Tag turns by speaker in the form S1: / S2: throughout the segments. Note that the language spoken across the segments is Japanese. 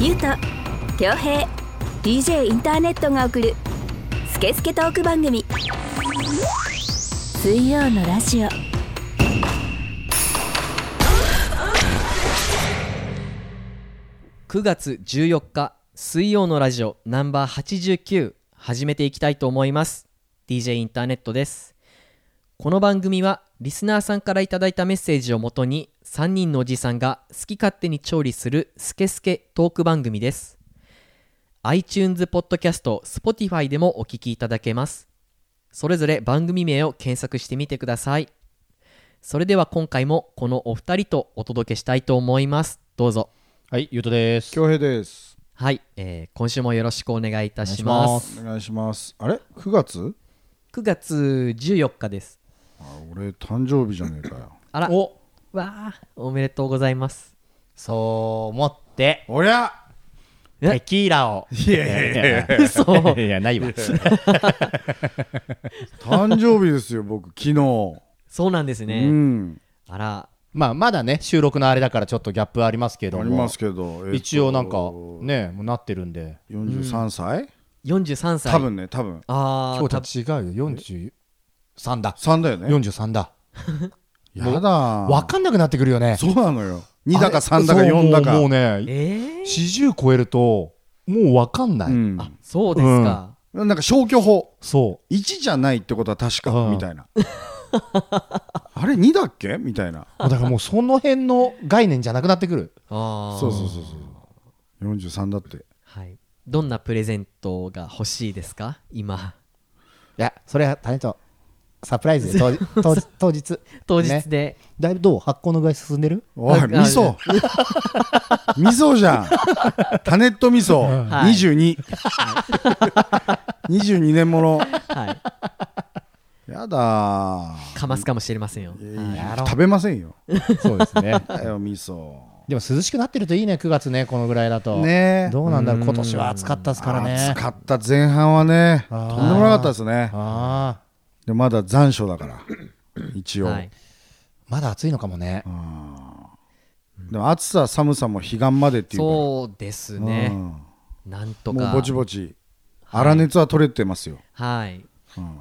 S1: ゆうと恭平 DJ インターネットが送る「スケスケトーク番組」水曜のラジオ
S2: 9月14日水曜のラジオナンバー89始めていきたいと思います DJ インターネットですこの番組はリスナーさんからいただいたメッセージをもとに3人のおじさんが好き勝手に調理するスケスケトーク番組です iTunes ポッドキャスト Spotify でもお聞きいただけますそれぞれ番組名を検索してみてくださいそれでは今回もこのお二人とお届けしたいと思いますどうぞ
S3: はい、ゆうとです。
S4: 恭平です。
S2: はい、えー今週もよろしくお願いいたします。
S4: お願いします。あれ ?9 月
S2: 9月14日です。
S4: あ俺、誕生日じゃねえかよ。
S2: あら、
S3: お、
S2: わあ、おめでとうございます。
S3: そう思って、
S4: おりゃ
S2: え
S3: テキーラを。いやいやいや、
S2: 嘘
S3: いや、ないわ。
S4: 誕生日ですよ、僕、昨日。
S2: そうなんです
S4: う
S2: ね。
S4: ん。
S2: あら、
S3: まあ、まだね、収録のあれだから、ちょっとギャップありますけ
S4: あ
S3: ども。
S4: りますけど。えっと
S3: 一応、なんか、ね、もうなってるんで。
S4: 43歳
S2: 43歳。
S4: 多。分ね、多分。
S2: あ
S3: 今
S2: ー
S3: 日と違うよ、43だ。
S4: 3だよね。
S3: 43だ。
S4: やだ。
S3: わかんなくなってくるよね。
S4: そうなのよ。2だか3だ
S3: あ
S4: か
S3: れ
S4: 4だ
S3: そうもうもう
S4: か。
S3: ね、
S2: えー、
S3: 40超えると、もうわかんな
S4: う
S3: い。
S4: ん。
S2: そうですか。
S4: なんか消去法。
S3: そ
S4: 1じゃないってことは確か、
S3: うん
S4: みたいな。あれ、2だっけみたいな。
S3: う。だからもう、その辺の概念じゃなくなってくる。
S2: ああ。
S4: そうそうそうそう。43だって。
S2: はい。どんなプレゼントが欲しいですか今。
S3: いや、それはタレント、サプライズで当日当日当日
S2: 当日
S3: ね
S2: で。
S3: だいぶどう発酵の具合進んでる
S4: おい、
S2: あ
S4: 味噌味噌じゃんタネット味噌
S2: はい
S4: 2222 22年もの
S2: はい。
S4: やだ
S2: かますかもしれませんよ。
S4: ー
S3: やろう
S4: 食べませんよ
S3: そうですね
S4: だよ味噌
S3: でも涼しくなってるといいね9月ねこのぐらいだと
S4: ねえ
S3: どうなんだろう今年は暑かったですからね
S4: 暑かった前半はねと
S3: あ
S4: ん
S3: ー
S4: でもなかったですね
S3: ああ
S4: でまだ残暑だから一応、
S2: はい。
S3: まだ暑いのかもね
S4: でも暑さ寒さも彼岸までっていうから
S2: そうです
S4: う
S2: ね。
S4: ん
S2: なんとか。
S4: もうぼちぼち粗熱は取れてますよ、
S2: はい。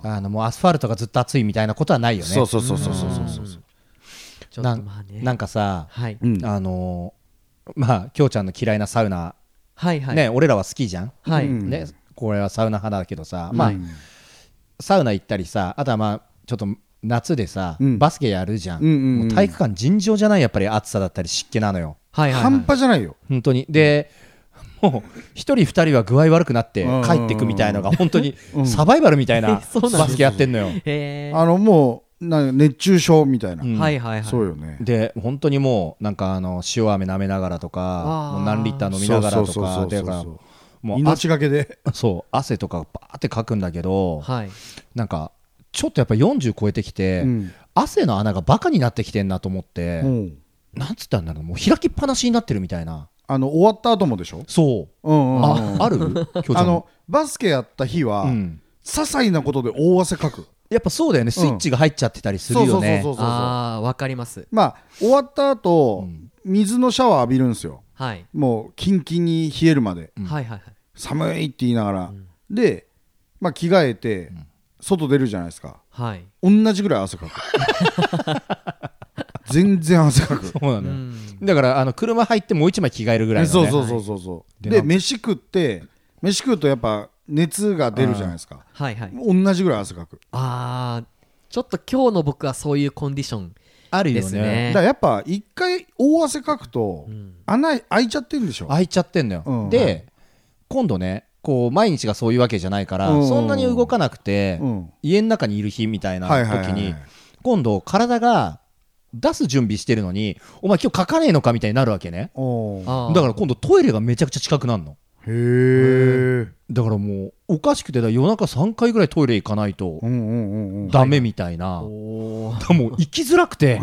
S3: あのもうアスファルトがずっと暑いみたいなことはないよね
S4: そうそうそうそうそうそうそう
S2: ちょっ
S3: な
S2: と
S3: ん
S2: まあね。
S3: なんかさ、
S2: はい。
S4: うん
S3: あのーまあきょうちゃんの嫌いなサウナ、
S2: はいはい。
S3: ね俺らは好きじゃん、
S2: はい。
S4: うん
S3: ねこれはサウナ派だけどさ、まあサウナ行ったりさあとはまあちょっと夏でさ、
S4: うん
S3: バスケやるじゃん,、
S4: うんうんうん
S3: もう体育館尋常じゃないやっぱり暑さだったり湿気なのよ
S2: はいはい、はい。
S4: 半端じゃないよ
S3: 本当にでもう一人二人は具合悪くなって
S4: うん
S3: 帰ってくみたいのが本当に
S4: うん
S3: サバイバルみたい な
S2: そうなんです
S3: バスケやってんのよ
S2: へえ。
S4: あのもうな熱中症みたいな、
S3: うん
S2: はいはいはい。
S4: そうよね
S3: で本当にもうなんかあの塩飴舐めながらと
S2: あ
S3: か
S2: ー
S3: もう何リッター飲みながらと
S4: そうそ
S3: か
S4: うそうそう
S3: だからもう
S4: 命がけで
S3: あそう汗とかバーってかくんだけど
S2: はい。
S3: なんかちょっとやっぱ40超えてきて、
S4: うん
S3: 汗の穴がバカになってきてんなと思って、
S4: うん
S3: なんつったんだろうもう開きっぱなしになってるみたいな
S4: あの終わった後もでしょ
S3: そう
S4: うんうんうん
S3: あある京 ちゃん
S4: あのバスケやった日は、
S3: うん
S4: 些細なことで大汗かく
S3: やっぱそうだよねスイッチが入っちゃってたりするよね
S4: そうそうそうそうそう
S2: ああ、わかります。
S4: まあ終わった後、
S3: うん
S4: 水のシャワー浴びるんですよ
S2: はい。
S4: もうキンキンに冷えるまで
S3: うん
S2: はいはいはい。
S4: 寒いって言いながら、で、まあ、着替えて、外出るじゃないですか
S2: はい。
S4: 同じぐらい汗かく全然汗かく
S3: そうな
S2: う
S3: のよ
S2: ん。
S3: だからあの車入ってもう一枚着替えるぐらいの、ね、
S4: そうそうそうそうそう
S3: で
S4: で
S3: なんか
S4: 飯食って飯食うとやっぱ熱が出るじゃないですか
S2: はいはい。
S4: 同じぐらい汗かく
S2: ああ、ちょっと今日の僕はそういうコンディション
S3: あるよ
S2: で
S3: ね
S2: す
S4: だ
S2: ね。
S4: からやっぱ一回大汗かくと穴開いちゃってるんでしょ
S3: 開いちゃってんのよ、
S4: うん
S3: で、今度ねこう毎日がそういうわけじゃないから、
S4: うん
S3: そんなに動かなくて、
S4: うん
S3: 家の中にいる日みたいな
S4: はいはいはい
S3: 時に今度体が出す準備してるのにお前今日書かねえのかみたいになるわけね
S4: おー
S2: あー
S3: だから今度トイレがめちゃくちゃ近くなるの
S4: へえ
S3: だからもうおかしくてだから夜中3回ぐらいトイレ行かないと
S4: うんうんうんうん
S3: ダメみたいな
S2: おー
S5: らもう行きづらくて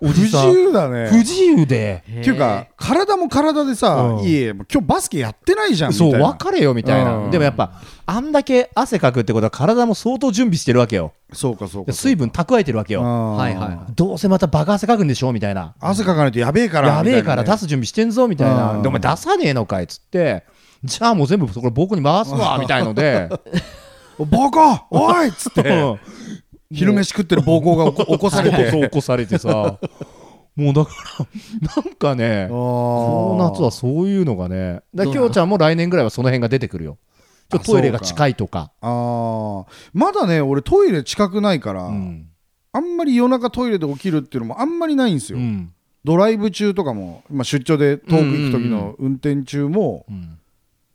S5: お
S4: 不
S5: じ
S4: 自
S5: さん
S4: 由だね
S5: 不自由で
S2: っ
S4: っていうか体も体でさ
S5: うん
S4: 「いえいえもう今日バスケやってないじゃん」みた
S3: そ
S4: いうな
S3: 別れよみたいな、
S5: うん
S3: でもやっぱあんだけ汗かくってことは体も相当準備してるわけよ
S4: そうかそう
S3: で
S4: か
S3: 水分蓄えてるわけよ、
S2: は
S4: はい
S2: はいはい
S3: どうせまた爆汗かくんでしょみたいな
S4: 汗かかないとやべえから
S3: やべえから出
S4: す
S3: す準備してんぞみたいな、
S4: うん
S3: でお前出さねえのかいっつってじゃあもう全部そこ僕に回す わみたいので
S4: バカおい っつって
S3: うん
S4: 昼飯食ってる暴行が起こ起こされ て
S3: そう起こされてさもうだからなんかねこの夏はそういうのがねだからきょうちゃんも来年ぐらいはその辺が出てくるよちょっとトイレが近いとか
S4: あーまだね俺トイレ近くないから、
S3: うん
S4: あんまり夜中トイレで起きるっていうのもあんまりないんですよ、
S3: うん
S4: ドライブ中とかも、まあ、出張で遠く行く時の運転中も、
S3: うん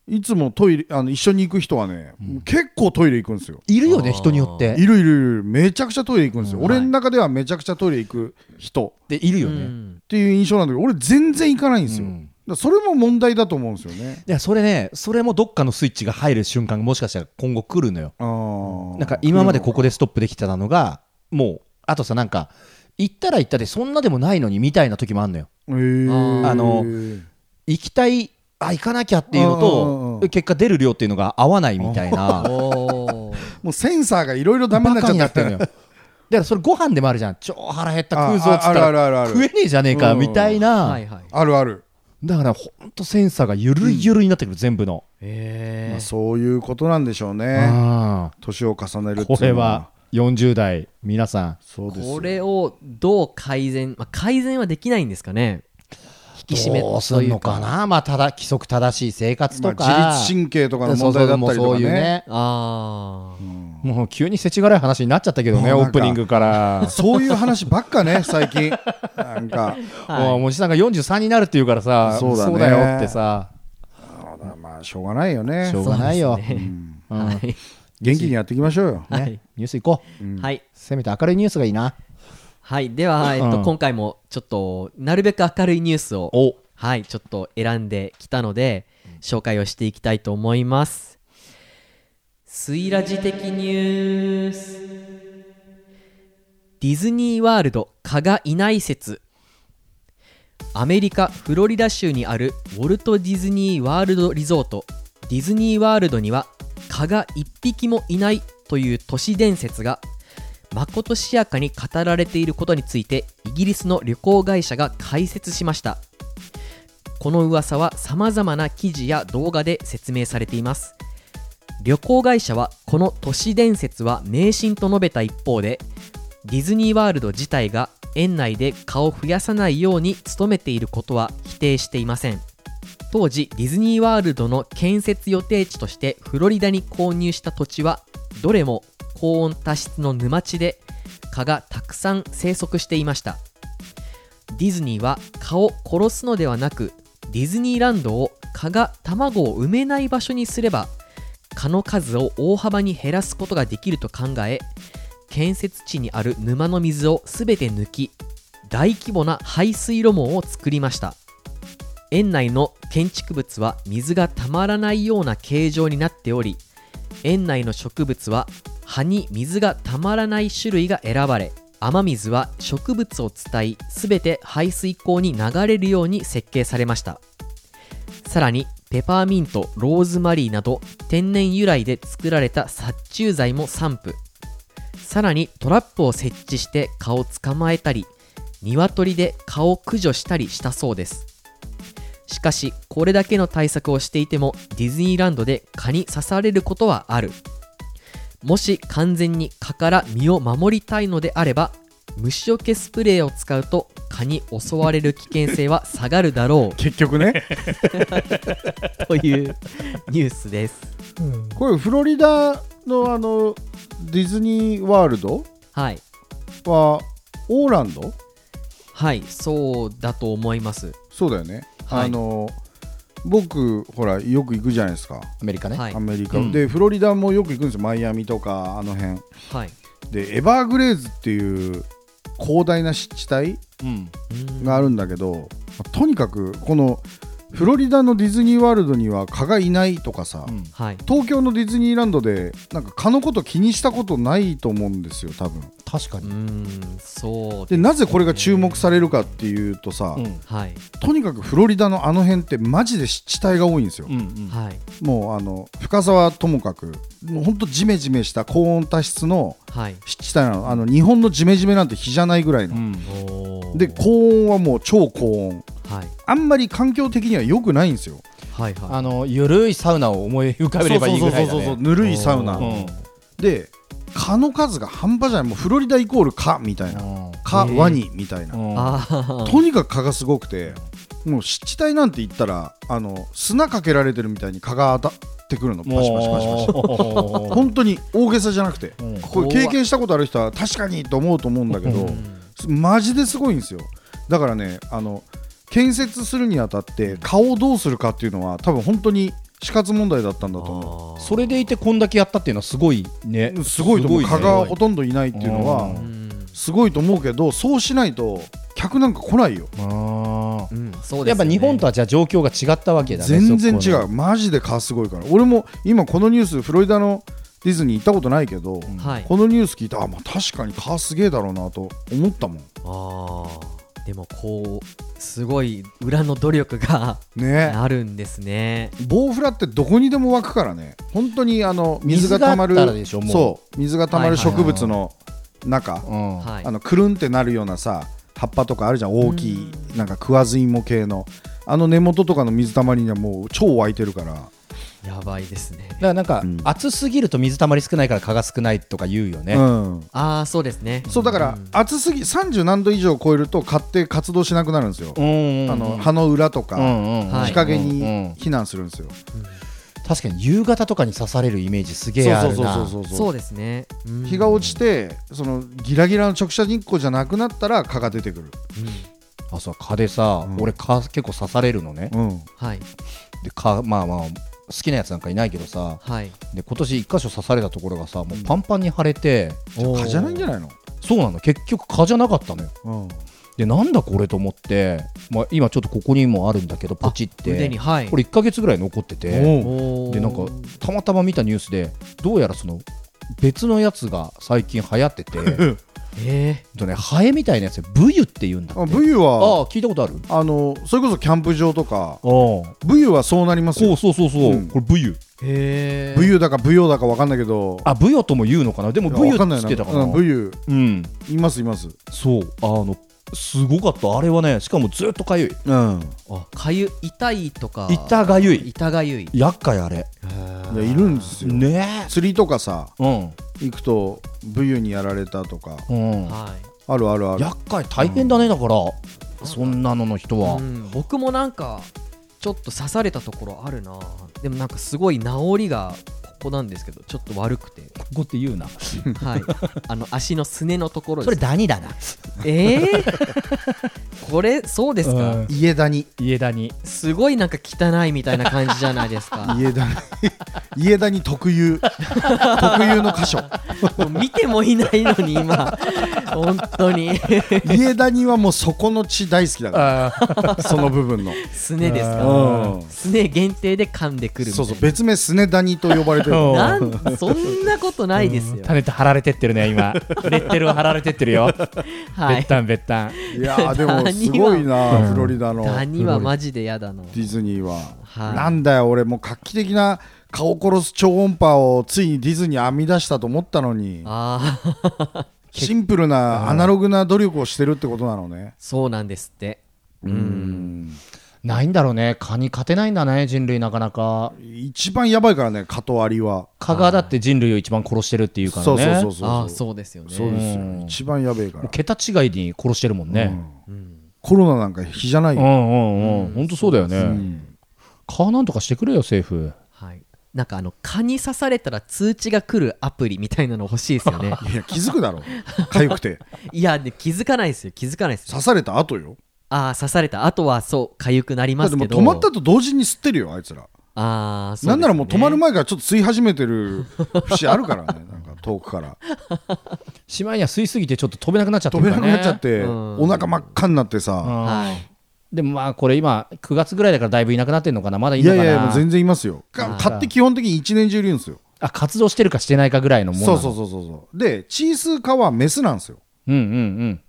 S4: いつもトイレあの一緒に行く人はね、結構トイレ行くんですよ
S3: いるよね人によって
S4: いるいるいるめちゃくちゃトイレ行くんですよ、
S2: うん
S4: 俺の中ではめちゃくちゃトイレ行く人っ
S3: でいるよ
S2: う
S3: ね
S2: ん
S4: ていう印象なんだけど俺全然行かないんですよ、
S3: う
S4: だ
S3: ん
S4: からそれも問題だと思うんですよね
S3: いやそれねそれもどっかのスイッチが入る瞬間がもしかしたら今後来るのよ
S4: あー
S3: なんか今までここでストップできてたのがもうあとさなんか行ったら行ったでそんなでもないのにみたいな時もあるのよ
S4: へー
S3: あの行きたいあ行かなきゃっていうの
S4: うんうんう
S3: と
S4: ん
S3: 結果出る量っていうのが合わないみたいな
S2: おー
S4: もうセンサーがいろいろダメにな
S3: バ
S4: っち
S3: カ
S4: ゃっ
S3: に
S4: た
S3: なってんの よだからそれご飯でもあるじゃん超腹減った食うぞっつっ
S4: あ
S3: た
S4: あるある
S3: ら
S4: あるある
S3: 食えねえじゃねえか
S4: うん
S3: みたい
S2: は
S3: ない
S2: はい
S4: あるある、
S3: だからほんとセンサーがゆるいゆるいになってくる全部の
S2: え
S4: まあ、
S2: ー
S4: そういうことなんでしょうね
S3: あ
S4: 年を重ねる
S3: ー
S4: っていう
S3: これ
S4: の
S3: は40代皆さん
S4: そうですよ
S2: これをどう改善、まあ、改善はできないんですかね引き締め
S3: どうすんのか
S2: という
S3: なまあただ規則正しい生活とか、
S4: まあ自律神経とかの問題だったりと
S3: そうそうもうそう
S4: か
S3: いう
S4: ね
S3: ね
S2: あー
S3: もう急にせちがらい話になっちゃったけどね
S4: もう
S3: オ
S4: なんか
S3: ープニングから
S4: そういう話ばっかね最近なんか
S2: はい
S3: もうおじさんが43になるって言うからさ
S4: そうだね
S3: よってさ
S4: まあしょうがないよね
S3: しょうがないよ、
S2: そうですね
S3: うん
S2: はい
S4: 元気にやっていきましょうよ
S2: はい
S3: ね、ニュース行こう
S2: はい
S3: せめて明るいニュースがいいな
S2: はい、では、えっと
S3: うん
S2: 今回もちょっとなるべく明るいニュースを
S3: お
S2: はい、ちょっと選んできたので紹介をしていきたいと思います。スイラジ的ニュースディズニーワールド蚊がいない説アメリカ・フロリダ州にあるウォルト・ディズニー・ワールド・リゾートディズニー・ワールドには蚊が1匹もいないという都市伝説がまことしやかに語られていることについてイギリスの旅行会社が解説しましたこの噂はさまざまな記事や動画で説明されています旅行会社はこの都市伝説は迷信と述べた一方でディズニーワールド自体が園内で蚊を増やさないように努めていることは否定していません当時ディズニーワールドの建設予定地としてフロリダに購入した土地はどれも高温多湿の沼地で蚊がたくさん生息していましたディズニーは蚊を殺すのではなくディズニーランドを蚊が卵を産めない場所にすれば蚊の数を大幅に減らすことができると考え建設地にある沼の水を全て抜き大規模な排水路網を作りました園内の建築物は水がたまらないような形状になっており園内の植物は葉に水がたまらない種類が選ばれ雨水は植物を伝い全て排水溝に流れるように設計されましたさらにペパーミントローズマリーなど天然由来で作られた殺虫剤も散布さらにトラップを設置して蚊を捕まえたり鶏で蚊を駆除したりしたそうですしかしこれだけの対策をしていてもディズニーランドで蚊に刺されることはあるもし完全に蚊から身を守りたいのであれば虫除けスプレーを使うと蚊に襲われる危険性は下がるだろ
S4: 結局ね
S2: う というニュースです
S4: これフロリダのあのディズニーワールド
S2: はい
S4: はオーランド
S2: はいそうだと思います
S4: そうだよね、
S2: はい
S4: あの僕ほらよく行くじゃないですか
S3: アメリカね、
S2: はい
S4: アメリカ、
S3: うん
S4: でフロリダもよく行くんですよマイアミとかあの辺
S2: はい
S4: でエバーグレーズっていう広大な湿地帯
S3: うん
S2: うん
S4: があるんだけど、まあとにかくこのフロリダのディズニーワールドには蚊がいないとかさ、
S3: うん
S2: はい
S4: 東京のディズニーランドでなんか蚊のこと気にしたことないと思うんですよ多分
S3: 確か
S2: う
S3: に、
S2: ーんそう
S4: でなぜこれが注目されるかっていうとさ、
S3: うん
S2: はい
S4: とにかくフロリダのあの辺ってマジで湿地帯が多いんですよ、
S3: うんうん
S2: はい
S4: もうあの深さはともかくもうほんとジメジメした高温多湿の
S2: はい
S4: 湿地帯なのあの日本のジメジメなんて比じゃないぐらいの、
S2: おー
S4: で高温はもう超高温
S2: はい
S4: あんまり環境的には良くないんですよ
S2: はいは
S3: あのゆるいサウナを思い浮かべればいいぐらいだ、ね、
S4: そうそうそうそうぬるいサウナ
S2: おー
S3: うん
S4: で蚊の数が半端じゃないもうフロリダイコール蚊みたいな
S2: へ
S4: 蚊
S2: ー
S4: ワニみたいな、
S2: い
S3: ん
S2: あー
S4: とにかく蚊がすごくてもう湿地帯なんて言ったらあの砂かけられてるみたいに蚊が当たってくるのパシパシパシパシ
S3: シ
S4: 本当に大げさじゃなくて
S3: うん
S4: これ経験したことある人は確かにと思うと思うんだけどマジですごいんですよだからねあの建設するにあたって顔をどうするかっていうのは多分本当に死活問題だったんだと思
S2: あー
S3: それでいてこんだけやったっていうのはすごいね
S4: うすごいと思う
S3: す
S4: 蚊
S3: ごいね
S4: がほとんどいないっていうの
S3: う
S4: は
S2: うんん
S4: すごいと思うけどそうしないと客なんか来ないよ
S3: あ
S2: うんそうで
S3: ー
S2: す
S3: やっぱ日本と
S2: は
S3: はじゃあ状況が違ったわけだね
S4: 全然違
S3: そこの
S4: うマジで蚊すごいから俺も今このニュースフロリダのディズニー行ったことないけど、
S2: はい
S4: このニュース聞いたあ、まあ、確かに蚊すげえだろうなと思ったもん
S2: あーでもこうすごい裏の努力が
S4: ね
S2: あるんですね
S4: ボウフラってどこにでも湧くからね本当にあの水が
S3: 水が
S4: たまる
S3: あったらでしょもう
S4: そう水がたまる植物の中、
S3: うん
S2: はい
S4: あのくるんってなるようなさ葉っぱとかあるじゃん大きいなんか食わず芋系のあの根元とかの水たまりにはもう超湧いてるから
S2: やばいですね
S3: だからなんか、
S4: うん
S3: 暑すぎると水たまり少ないから蚊が少ないとか言うよね、
S4: うん
S2: ああそうですね
S4: そうだから
S2: ん
S4: 暑すぎ30何度以上超えると買って活動しなくなるんですよ、
S3: うん
S4: あの葉の裏と
S3: う
S4: か、
S3: んうんうん
S2: はい
S4: 日陰に
S3: うんうん
S4: 避難するんですよ、
S3: 確かに夕方とかに刺されるイメージすげえあるな
S4: そうそう
S2: そうですねうん
S4: 日が落ちてそのギラギラの直射日光じゃなくなったら蚊が出てくる、
S2: うん
S3: あそう蚊でさ、
S4: うん
S3: 俺蚊結構刺されるのね、
S4: うん、
S2: はい
S3: で蚊まあまあ好きなやつなんかいないけどさ
S2: はい
S3: で今年一箇所刺されたところがさもうパンパンに腫れて、
S4: 蚊じゃないんじゃないの、
S3: そうなの結局蚊じゃなかったのよ
S4: うん、
S3: でなんだこれと思って、まあ、今ちょっとここにもあるんだけどポチっ
S2: あ腕に
S3: て
S2: はい
S3: これ1ヶ月ぐらい残ってて
S2: おー
S3: でなんかたまたま見たニュースでどうやらその別のやつが最近流行っててほん
S2: え
S3: とねハエみたいなやつでブユって言うんだって
S4: あブユ
S3: あ
S4: は
S3: あ聞いたことあるあ
S4: あのそれこそキャンプ場とか
S3: あこ
S4: ブユはそうなりますよ
S3: うそうそうそう、
S4: うん
S3: これブユ
S2: ーへー
S4: ブユだかブヨだか分かんないけど
S3: あブヨとも言うのかなでも
S4: いや
S3: ブユっ
S4: わ
S3: て
S4: かんな
S3: 言
S4: い
S3: ってたかな
S4: うんブユ
S3: うん
S4: いますいます
S3: そうあのすごかったあれはねしかもずっとかゆい
S4: うん
S2: あかゆ痛いとか
S3: 痛がゆい
S2: 痛がゆい
S3: 厄介あれ
S4: いやいるんですよ
S3: ね
S4: 釣りとかさ
S3: え
S4: 行くとブユにやられたとか
S3: うんうん
S2: は
S4: あるあるある
S3: 厄介大変だねだからそんなのの人
S2: い、
S3: は
S2: うん僕もなんかちょっと刺されたところあるなでもなんかすごい治りがここなんですけどちょっと悪くて
S3: ここって言うな
S2: はいあの足のすねのところ
S3: そ
S2: で
S3: れ
S2: す
S3: ダニだな
S2: えー、これそうですか、
S3: うん
S4: 家ダニ
S3: 家ダニ
S2: すごいなんか汚いみたいな感じじゃないですか
S4: 家ダニ家ダニ特有特有の箇所
S2: もう見てもいないのに今本当に
S4: 家ダニはもうそこの血大好きだからその部分の
S2: すねです
S4: う
S2: か
S4: ん
S2: すね限定で噛んでくるみた
S4: そ
S2: いうな
S4: そう別名スネダニと呼ばれてる
S3: うん
S2: なんそんなことないですよ、
S3: ネット貼られてってるね 今レッテルを貼られてってるよ
S2: はい
S3: タンべったん
S4: いやーでもすごいなフロリダの
S2: ダ
S4: デ
S2: ニはマジで嫌だな
S4: ィズニーは、
S2: はい
S4: なんだよ俺もう画期的な顔殺す超音波をついにディズニー編み出したと思ったのに
S2: ああ
S4: シンプルなアナログな努力をしてるってことなのね
S2: そうなんですって
S3: ないんだろうね蚊に勝てないんだね人類なかなか
S4: 一番やばいからね蚊とアリは
S3: 蚊がだって人類を一番殺してるっていうから
S4: そうそう
S3: ね
S4: そうそう
S2: ああそうですよね
S4: そうですよ
S3: うん
S4: 一番やべえか
S3: もう
S4: ら
S3: 桁違いに殺してるもんね
S4: コロナなんか比じゃな
S3: う
S4: い
S3: んう
S4: よ、
S3: んうん本当そうだよ
S4: う
S3: ね
S4: ん
S3: 蚊なんとかしてくれよ政府
S2: はいなんかあの蚊に刺されたら通知が来るアプリみたいなの欲しいですよね
S4: いや気づくだろかゆくて
S2: いやで気づかないですよ気づかないです
S4: 刺された後よ
S2: ああ刺された後はそう痒くなり
S4: だ
S2: ま
S4: って
S2: すけ
S4: もう
S2: ど
S4: 止まったと同時に吸ってるよあいつら
S2: ああそうですね
S4: なんならもう止まる前からちょっと吸い始めてる節あるから ねなんか遠くから
S3: しまいには吸いすぎてちょっと飛べなくなっちゃって
S4: 飛
S3: るか
S4: べ
S3: ら
S4: な
S3: ね
S4: くなっちゃって
S2: うん
S4: お腹真っ赤になってさ
S3: うん
S2: はい
S3: でもまあこれ今9月ぐらいだからだいぶいなくなってんのかなまだいい
S4: い
S3: の
S4: や
S3: か
S4: い
S3: な
S4: やいやもう全然いますよか
S3: あー
S4: 買って基本的に一年中いるんですよ
S3: あ活動してるかしてないかぐらいのもんな
S4: そ
S3: の
S4: うそうそうそうそうでチースーカはメスなんですよ
S3: うんうんうん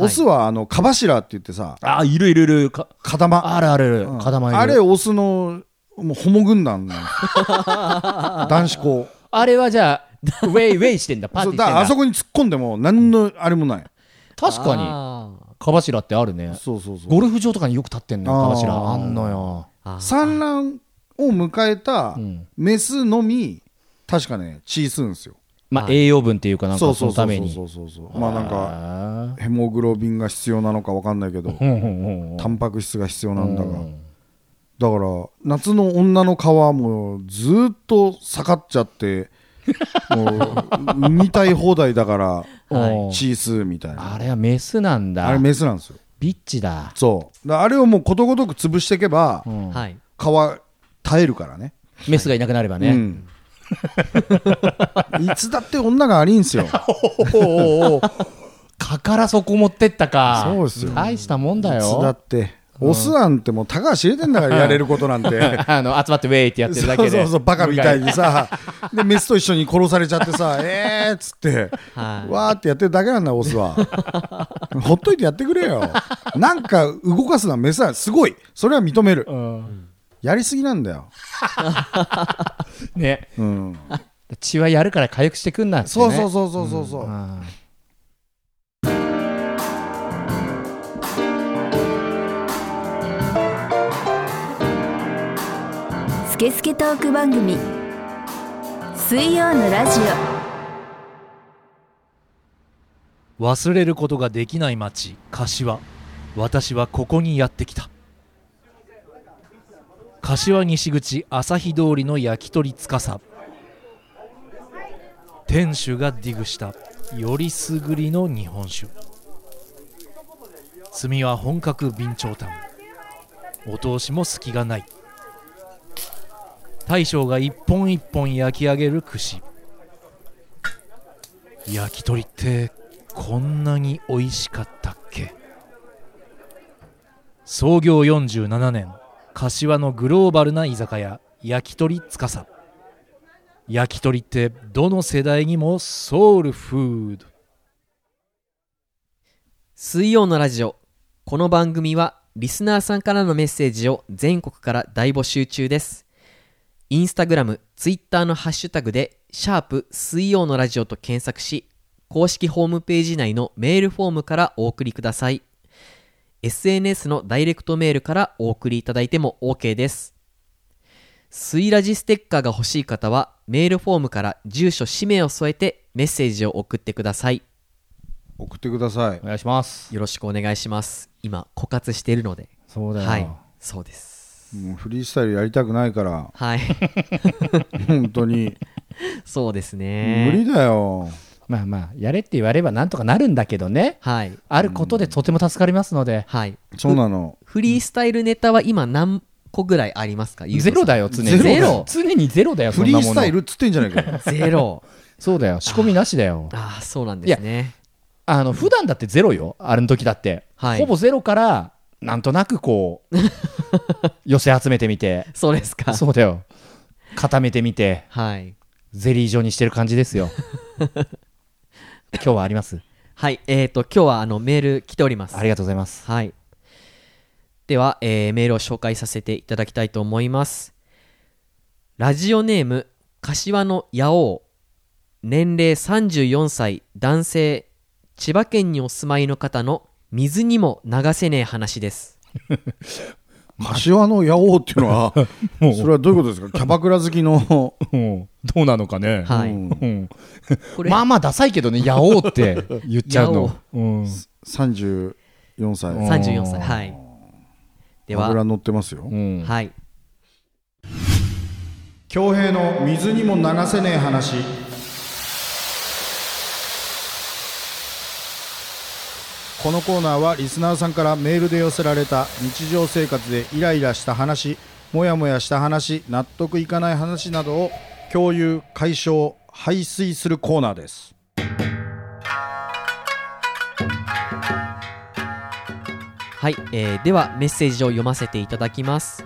S4: オスはあのカバシラって言ってさ
S3: あいるいるいるか
S4: 固ま
S3: あるあるいる
S4: うん
S3: 固まり
S4: あれオスのもうホモ軍団なんですよ 男子校
S3: あれはじゃあウェイウェイしてんだパーティーし
S4: そう
S3: て
S4: だ
S3: ん
S4: か
S3: だ
S4: らあそこに突っ込んでも何のあれもない
S3: 確かに
S2: あー
S3: かばしらってあるね
S4: そうそうそう
S3: ゴルフ場とかによく立ってんのよかばしらあんのよ
S2: あー
S4: 産卵を迎えた
S3: うん
S4: メスのみ確かね血吸うんですよ
S3: まあ
S2: はい
S3: 栄養分っていうかなん
S4: そ
S3: か
S4: う
S3: そ
S4: そう
S3: の
S4: そ
S3: た
S4: う
S3: め
S4: そ
S3: に
S4: うそうそうまあなんか
S3: か
S4: ヘモグロビンが必要なのか分かんないけど
S3: うんうんうんうん
S4: タンパク質が必要なんだが
S3: う
S4: だから夏の女の皮もずーっと下がっち ゃってもう産みたい放題だから
S3: はい
S4: チースーみたいな
S3: あれはメスなんだ
S4: あれメスなんですよ
S3: ビッチだ
S4: そうだからあれをもうことごとく潰していけば
S3: うん
S2: はい
S4: 皮耐えるからね
S3: メスがいなくなれば
S4: う
S3: ね
S4: ん いつだって女がありん すよ
S3: おーおーおーかからそこ持ってったか
S4: そうですよ
S3: 大したもんだ
S4: いつだ
S3: よ
S4: ってオスなんてもうたかが知れてんだからやれることなんて
S3: あの集まってウェイってやってる
S4: そう
S3: だけ
S4: そう
S3: で
S4: そうバカみたいにさでメスと一緒に殺されちゃって さえーっつって
S2: はい
S4: わーってやってるだけなんだオスは ほっといてやってくれよなんか動かすのはメスはすごいそれは認める
S3: うん
S4: やりすぎなんだよ、
S3: ね
S4: うん、
S3: 血はやるから回復してくんなってね
S4: そうそうそうそうそうそう、
S3: うん
S1: スケスケトーク番組水曜のラジオ
S6: 忘れることができない町柏私はここにやってきた柏西口朝日通りの焼き鳥司店主がディグしたよりすぐりの日本酒炭は本格備長炭お通しも隙がない大将が一本一本焼き上げる串焼き鳥ってこんなに美味しかったっけ創業47年柏のグローバルな居酒屋焼き鳥つかさ焼き鳥ってどの世代にもソウルフード
S2: 水曜のラジオこの番組はリスナーさんからのメッセージを全国から大募集中ですインスタグラムツイッターのハッシュタグで「シャープ水曜のラジオ」と検索し公式ホームページ内のメールフォームからお送りください SNS のダイレクトメールからお送りいただいても OK です水ラジステッカーが欲しい方はメールフォームから住所氏名を添えてメッセージを送ってください
S4: 送ってください
S3: お願いします
S2: よろしくお願いします今枯渇しているので
S3: そうだよ
S2: はいそうです
S4: もうフリースタイルやりたくないから
S2: はい
S4: 本当に、
S2: そうですね
S4: 無理だよ
S3: まあまあやれって言われればなんとかなるんだけどね
S2: はい
S3: あることでとても助かりますので、
S2: はい
S4: そうなの
S2: フリースタイルネタは今何個ぐらいありますかゆうとさ
S3: ゼ
S2: ん
S3: ロだよ常に
S4: ゼロ
S3: 常にゼロだよそ
S4: フ
S3: ん
S4: リ
S3: な
S4: ー
S3: も
S4: ス
S3: の
S4: タイルっつってんじゃないかよ
S2: ゼロ
S3: そうだよ仕込みなしだよ
S2: ああそうなんですね
S3: あの普段だってゼロよあれの時だって、
S2: はい
S3: ほぼゼロからなんとなくこう寄せ集めてみて
S2: そうですか
S3: そうだよ固めてみて
S2: はい
S3: ゼリー状にしてる感じですよ今日はあります
S2: はいえーと今日はあのメール来ております
S3: ありがとうございます
S2: はい。では、えーメールを紹介させていただきたいと思います。ラジオネーム、柏の八王。年齢34歳、男性。千葉県にお住まいの方の水にも流せねえ話です。
S4: 柏の八王っていうのは
S3: も
S4: それはどういうことですかキャバクラ好きの、
S3: うんどうなのかね
S2: はい。
S4: うん
S3: うん
S2: これ、
S3: まあまあダサいけどね「やおう」って言っちゃうの
S2: や、
S3: うん、
S4: 34歳
S3: うん
S2: 34歳。はい。で
S4: 油
S2: は、
S4: 乗ってますよ
S3: うん
S2: はい。
S4: 恭平の水にも流せねえ話このコーナーはリスナーさんからメールで寄せられた日常生活でイライラした話モヤモヤした話納得いかない話などを共有解消排水するコーナーです
S2: ははい、えーではメッセージを読ませていただきます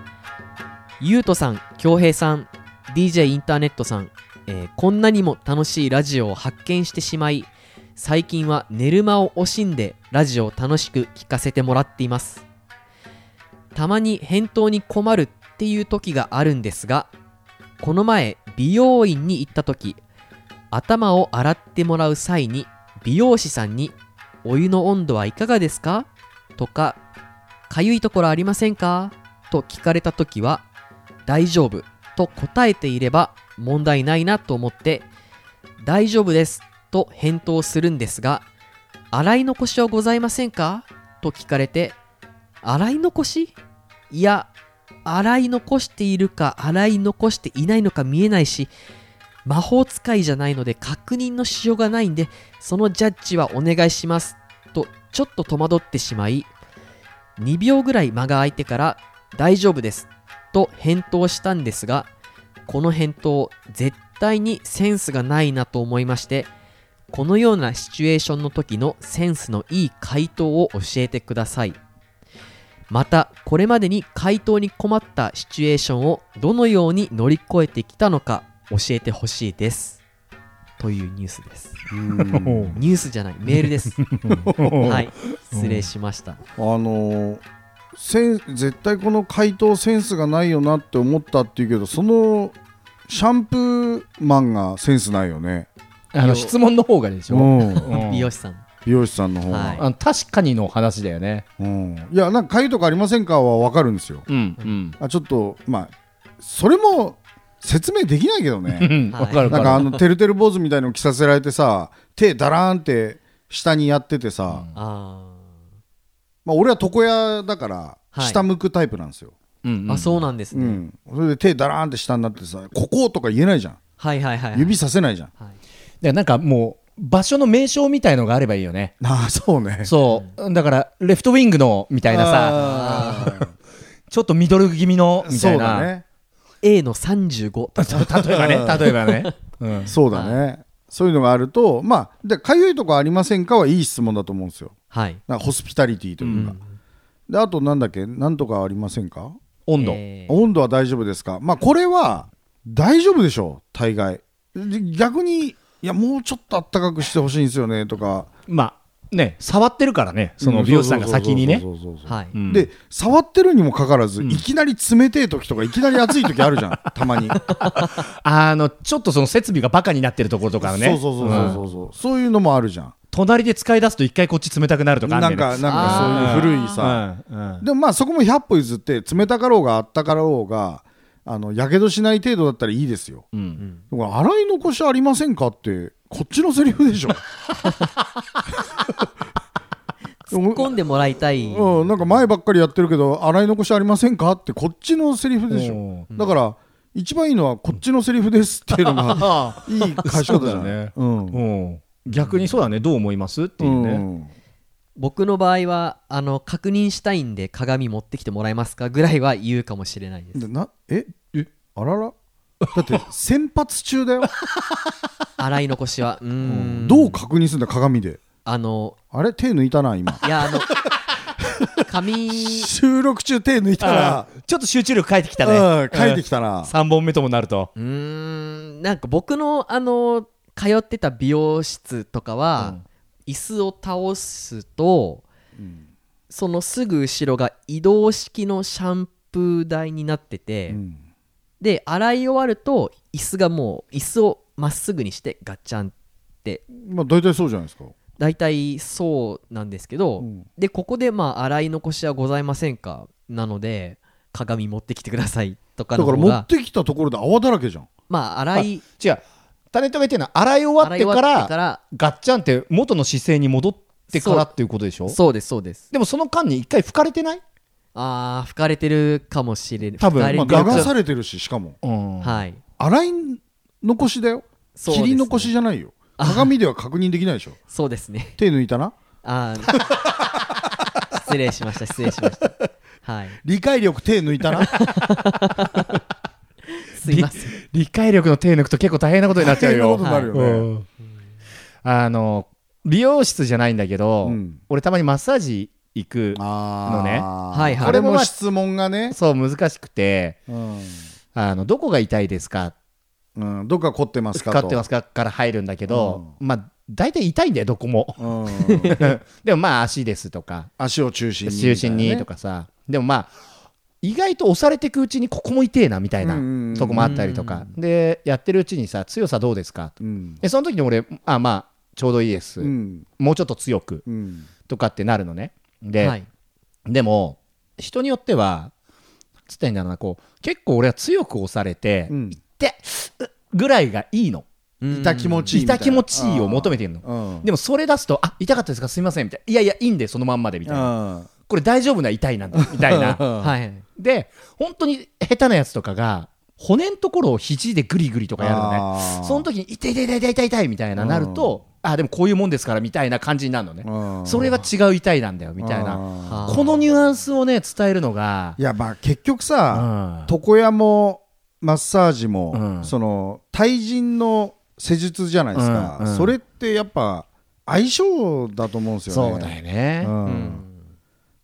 S2: ゆうとさん恭平さん DJ インターネットさん、えーこんなにも楽しいラジオを発見してしまい最近は寝る間を惜しんでラジオを楽しく聞かせてもらっていますたまに返答に困るっていう時があるんですがこの前美容院に行った時頭を洗ってもらう際に美容師さんに「お湯の温度はいかがですか?」とか「かゆいところありませんか?」と聞かれた時は「大丈夫」と答えていれば問題ないなと思って「大丈夫です」と返答するんですが「洗い残しはございませんか?」と聞かれて「洗い残しいや洗い残しているか洗い残していないのか見えないし魔法使いじゃないので確認のしようがないんでそのジャッジはお願いしますとちょっと戸惑ってしまい2秒ぐらい間が空いてから大丈夫ですと返答したんですがこの返答絶対にセンスがないなと思いましてこのようなシチュエーションの時のセンスのいい回答を教えてくださいまたこれまでに回答に困ったシチュエーションをどのように乗り越えてきたのか教えてほしいですというニュースです
S4: うん
S2: ニュースじゃないメールですはい失礼しました
S4: あのーセン絶対この回答センスがないよなって思ったっていうけどそのシャンプーマンがセンスないよね、
S3: あの質問の方がでし
S4: う
S3: ょ、
S4: ん、
S3: うん
S2: 美容師さん
S4: 美容師さんの方が、
S2: はい
S3: あの確かにの話だよね
S4: うん、いやなんかかゆいとかありませんかは分かるんですよ
S3: うん
S4: あちょっとまあそれも説明できないけど
S3: う
S4: ね
S3: ん
S2: はい
S3: わかる
S4: な
S3: わ
S4: んか
S3: か
S4: あ
S3: る
S4: のてるてる坊主みたいの着させられてさ手だらーんって下にやっててさ、
S2: あ
S4: まあ、俺は床屋だから
S2: はい
S4: 下向くタイプなんですよ、
S3: うん
S2: ー、
S3: うん
S2: あそうなんです
S4: う
S2: ね、
S4: ん、それで手だらーんって下になってさ「ここ!」とか言えないじゃん
S2: はいはいはいはい
S4: 指させないじゃん
S2: はい
S3: でなんかもう場所の名称みたいの があればいいよね
S4: ああそうね
S3: そうだからレフトウィングのみたいなさ
S4: あ
S3: ちょっとミドル気味の
S4: ー
S3: みた
S4: そ
S3: いう
S4: だ
S3: な
S4: ね
S2: A の35とか
S3: 例えばね例えばねうん
S4: そうだねそういうのがあるとまあでかゆいとこありませんかはいい質問だと思うんですよ
S2: はい
S4: なんかホスピタリティというか、であとなんだっけなんとかありませんか
S3: 温度
S2: えー
S4: 温度は大丈夫ですかまあこれは大丈夫でしょう大概で逆にいやもうちょっとあったかくしてほしいんですよねとか
S3: まあね触ってるからねその美容師さんが先にね
S4: そうそうそうそうそう
S2: はい、
S3: うん
S4: で触ってるにもかかわらず、いきなり冷てえ時とかいきなり暑い時あるじ ゃんたまに
S3: あのちょっとその設備がバカになってるところとかね
S4: そうそうそうそうそうそう、そういうのもあるじゃん
S3: 隣で使い出すと一回こっち冷たくなるとかあ
S4: なんん
S3: だよ
S4: かなんかそういう古いさ、
S3: うんうん
S4: でもまあそこも100歩譲って冷たかろうがあったかろうがあのやけどしない程度だったらいいですよ、
S3: うん
S4: だから洗い残しありませんかってこっちのセリフでしょ
S2: 突っ込んでもらいたい、
S4: うん、なんか前ばっかりやってるけど洗い残しありませんかってこっちのセリフでしょだから一番いいのはこっちのセリフですっていうのが いい返し方じ
S3: そ
S4: ゃ
S3: う
S4: な
S3: だ
S4: い
S3: ね
S4: うん
S3: うん逆にそうだねどう思いますっていうね
S2: 僕の場合はあの確認したいんで鏡持ってきてもらえますかぐらいは言うかもしれないで
S4: うん
S2: す
S4: でなええあららだ って先発中だよ
S2: 洗い残しはうーん
S4: どう確認するんだ鏡で
S2: あの
S4: あれ手抜いたな今
S2: いやあの髪
S4: 収録中手抜いたら
S3: ちょっと集中力変えてきた
S4: うん
S3: ね
S4: 帰ってきたな
S3: 3本目ともなると
S2: うーんなんか僕のあの通ってた美容室とかは、椅子を倒すと、そのすぐ後ろが移動式のシャンプー台になってて、
S4: うん
S2: で洗い終わると椅子がもう椅子をまっすぐにしてガッチャンって
S4: まあ大体そうじゃないですか
S2: 大体そうなんですけど、
S4: うん
S2: でここでまあ洗い残しはございませんかなので鏡持ってきてくださいとか
S4: だ
S2: の
S4: か
S2: 方
S4: ら
S2: が
S4: 持ってきたところで泡だらけじゃん
S2: まあ洗い
S3: 違うタレントが言ってるのは洗い終わ
S2: 洗
S3: っ
S2: い
S3: て
S2: 終わ
S3: か
S2: ってからら
S3: ガッチャンって元の姿勢に戻ってか
S2: そ
S3: ら
S2: う
S3: っていうことでしょ
S2: そうですそうです
S3: でもその間に一回吹かれてない
S2: ああ吹かれてるかもしれない
S3: 多分
S4: まあ
S3: ガガ
S4: 流されてるししかも
S2: はい
S4: 洗い残しだよ
S2: そうです
S4: 切
S2: ね
S4: り残しじゃないよ鏡では確認できないでしょ
S2: そうですね
S4: 手抜いたな
S2: あー 失礼しました失礼しましたはい
S4: 理解力手抜いたな
S2: すいません
S3: 理解力の手抜くと結構大変なことになっちゃうよ
S4: 大変なことになるよね
S3: うんあの美容室じゃないんだけど、
S4: うん
S3: 俺たまにマッサージ行く
S4: あー
S3: の
S2: ねはいはい
S4: これも質問がね、
S3: そう難しくて
S4: うん
S3: あのどこが痛いですか
S4: うん、どっか凝ってますか
S3: 使
S4: と
S3: ってますかから入るんだけど、まあ大体痛いんだよど こも
S4: うん、
S3: でもまあ足ですとか
S4: 足を中心に、
S3: 中心にと
S4: か
S3: かさでもまあ意外と押されてくうちにここも痛えなみたいな
S4: うんうんうん
S3: とこもあったりとかでやってるうちにさ強さどうですか
S4: ね、うん
S3: でその時に俺あまあちょうどいいです、
S4: うん
S3: もうちょっと強く
S4: うん
S3: とかってなるのねで、
S2: はい
S3: でも人によってはつったらいいんだろうなこう結構俺は強く押されて、
S4: うん
S3: でうっぐらいがいいの
S2: うん
S4: 痛気持ちいいみたい
S3: 痛
S4: な
S3: 気持ちいいを求めてるの
S4: うん
S3: でもそれ出すと「あ痛かったですかすいません」みたいな「いやいやいいんでそのまんまで」みたいな
S4: うん
S3: 「これ大丈夫な痛いなんだ」みたい な
S2: はい
S3: で本当に下手なやつとかが骨のところを肘でグリグリとかやるのね
S4: あー
S3: その時に「痛い痛い痛い痛い痛い痛い」みたいななると「あでもこういうもんですから」みたいな感じになるのね
S4: うん
S3: それは違う痛いなんだよみたいな
S4: うん
S2: はあ
S3: このニュアンスをね伝えるのが
S4: いやまあ結局さ、
S3: うん
S4: 床屋もマッサージも、
S3: うん
S4: その対人の施術じゃないですか、
S3: うんうん
S4: それってやっぱ相性だと思うんですよね
S3: そうだよね
S4: うん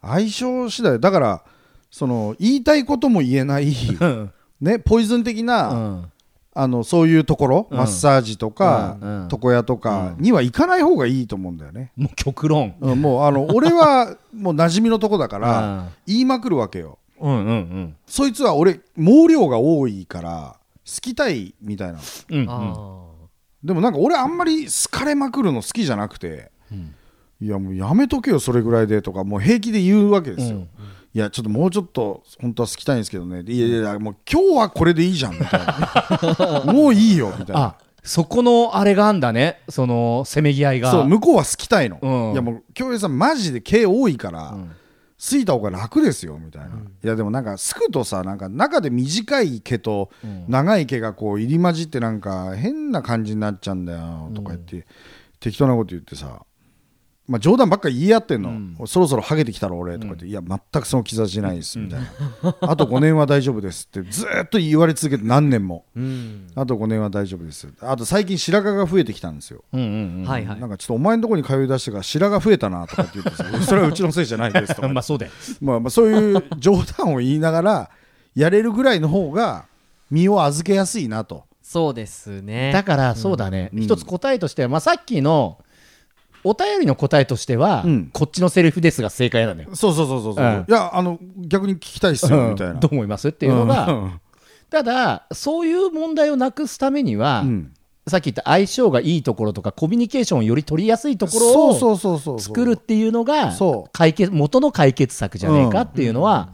S4: 相性次第だからその言いたいことも言えない、
S3: うん
S4: ね、ポイズン的な、
S3: うん
S4: あのそういうところ、マッサージとか、
S3: うんうん
S4: 床屋とかには行かない方がいいと思うんだよね、
S3: もう極論
S4: うんもうあの俺はもう馴染みのとこだから、
S3: うん
S4: 言いまくるわけよ
S3: うんうん
S4: そいつは俺毛量が多いから好きたいみたいな
S3: うんうんうん
S2: あ
S4: でもなんか俺あんまり好かれまくるの好きじゃなくて、いやもうやめとけよそれぐらいでとかもう平気で言うわけですよ、いやちょっともうちょっと本当は好きたいんですけどねでいやいやいやもう今日はこれでいいじゃんみたいなもういいよみたいな
S3: あそこのあれがあんだねそのせめぎ合いが
S4: そう向こうは好きたいの、
S3: うん
S4: いやもう京平さんマジで毛多いから、
S3: ん
S4: すいた方が楽ですよみたいな、いやでもなんかすくとさなんか中で短い毛と長い毛がこう入り混じってなんか変な感じになっちゃうんだよとか言って、適当なこと言ってさまあ冗談ばっか言い合ってんの、そろそろハゲてきたろ俺とか言って、いや全くその兆しないですみたいな、 あと5年は大丈夫ですってずーっと言われ続けて何年も、あと5年は大丈夫ですあと最近白髪が増えてきたんですよ
S3: うんうん
S2: ーはいはい
S4: なんかちょっとお前のところに通い出してから白髪増えたなとかって言ってさ それはうちのせいじゃないですと
S3: う
S4: か
S3: んまあそうだよ
S4: まあまあそういう冗談を言いながらやれるぐらいの方が身を預けやすいなと
S2: そうですね
S3: だからそうだね
S4: うん
S3: 一つ答えとしてはまあさっきのお便りの答えとしては
S4: うん
S3: こっちのセリフですが正解なんだよ
S4: そうそうそうそうそう、
S3: うん
S4: いやあの逆に聞きたいっすよみたいな、
S3: うんどう思いますっていうのがただそういう問題をなくすためには
S4: うん
S3: さっき言った相性がいいところとかコミュニケーションをより取りやすいところ
S4: そうそ
S3: を
S4: うそうそう
S3: 作るっていうのが
S4: そう
S3: 解決元の解決策じゃねえかっていうのは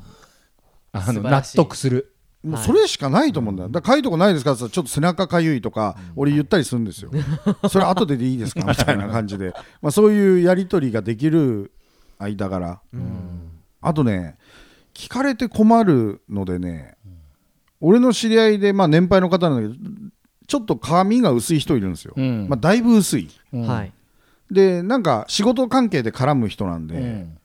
S3: あの
S2: 素晴ら
S3: 納
S2: しい
S3: 得する。
S4: もうそれしかないと思うんだよだからかゆいとこないですかって言ったらちょっと背中かゆいとか俺言ったりするんですよ それ後ででいいですかみたいな感じでまあそういうやり取りができる間柄あとね聞かれて困るのでね俺の知り合いでまあ年配の方なんだけどちょっと髪が薄い人いるんですよ
S3: うん
S4: まあだいぶ薄い
S2: はい
S4: でなんか仕事関係で絡む人なんで、
S3: うん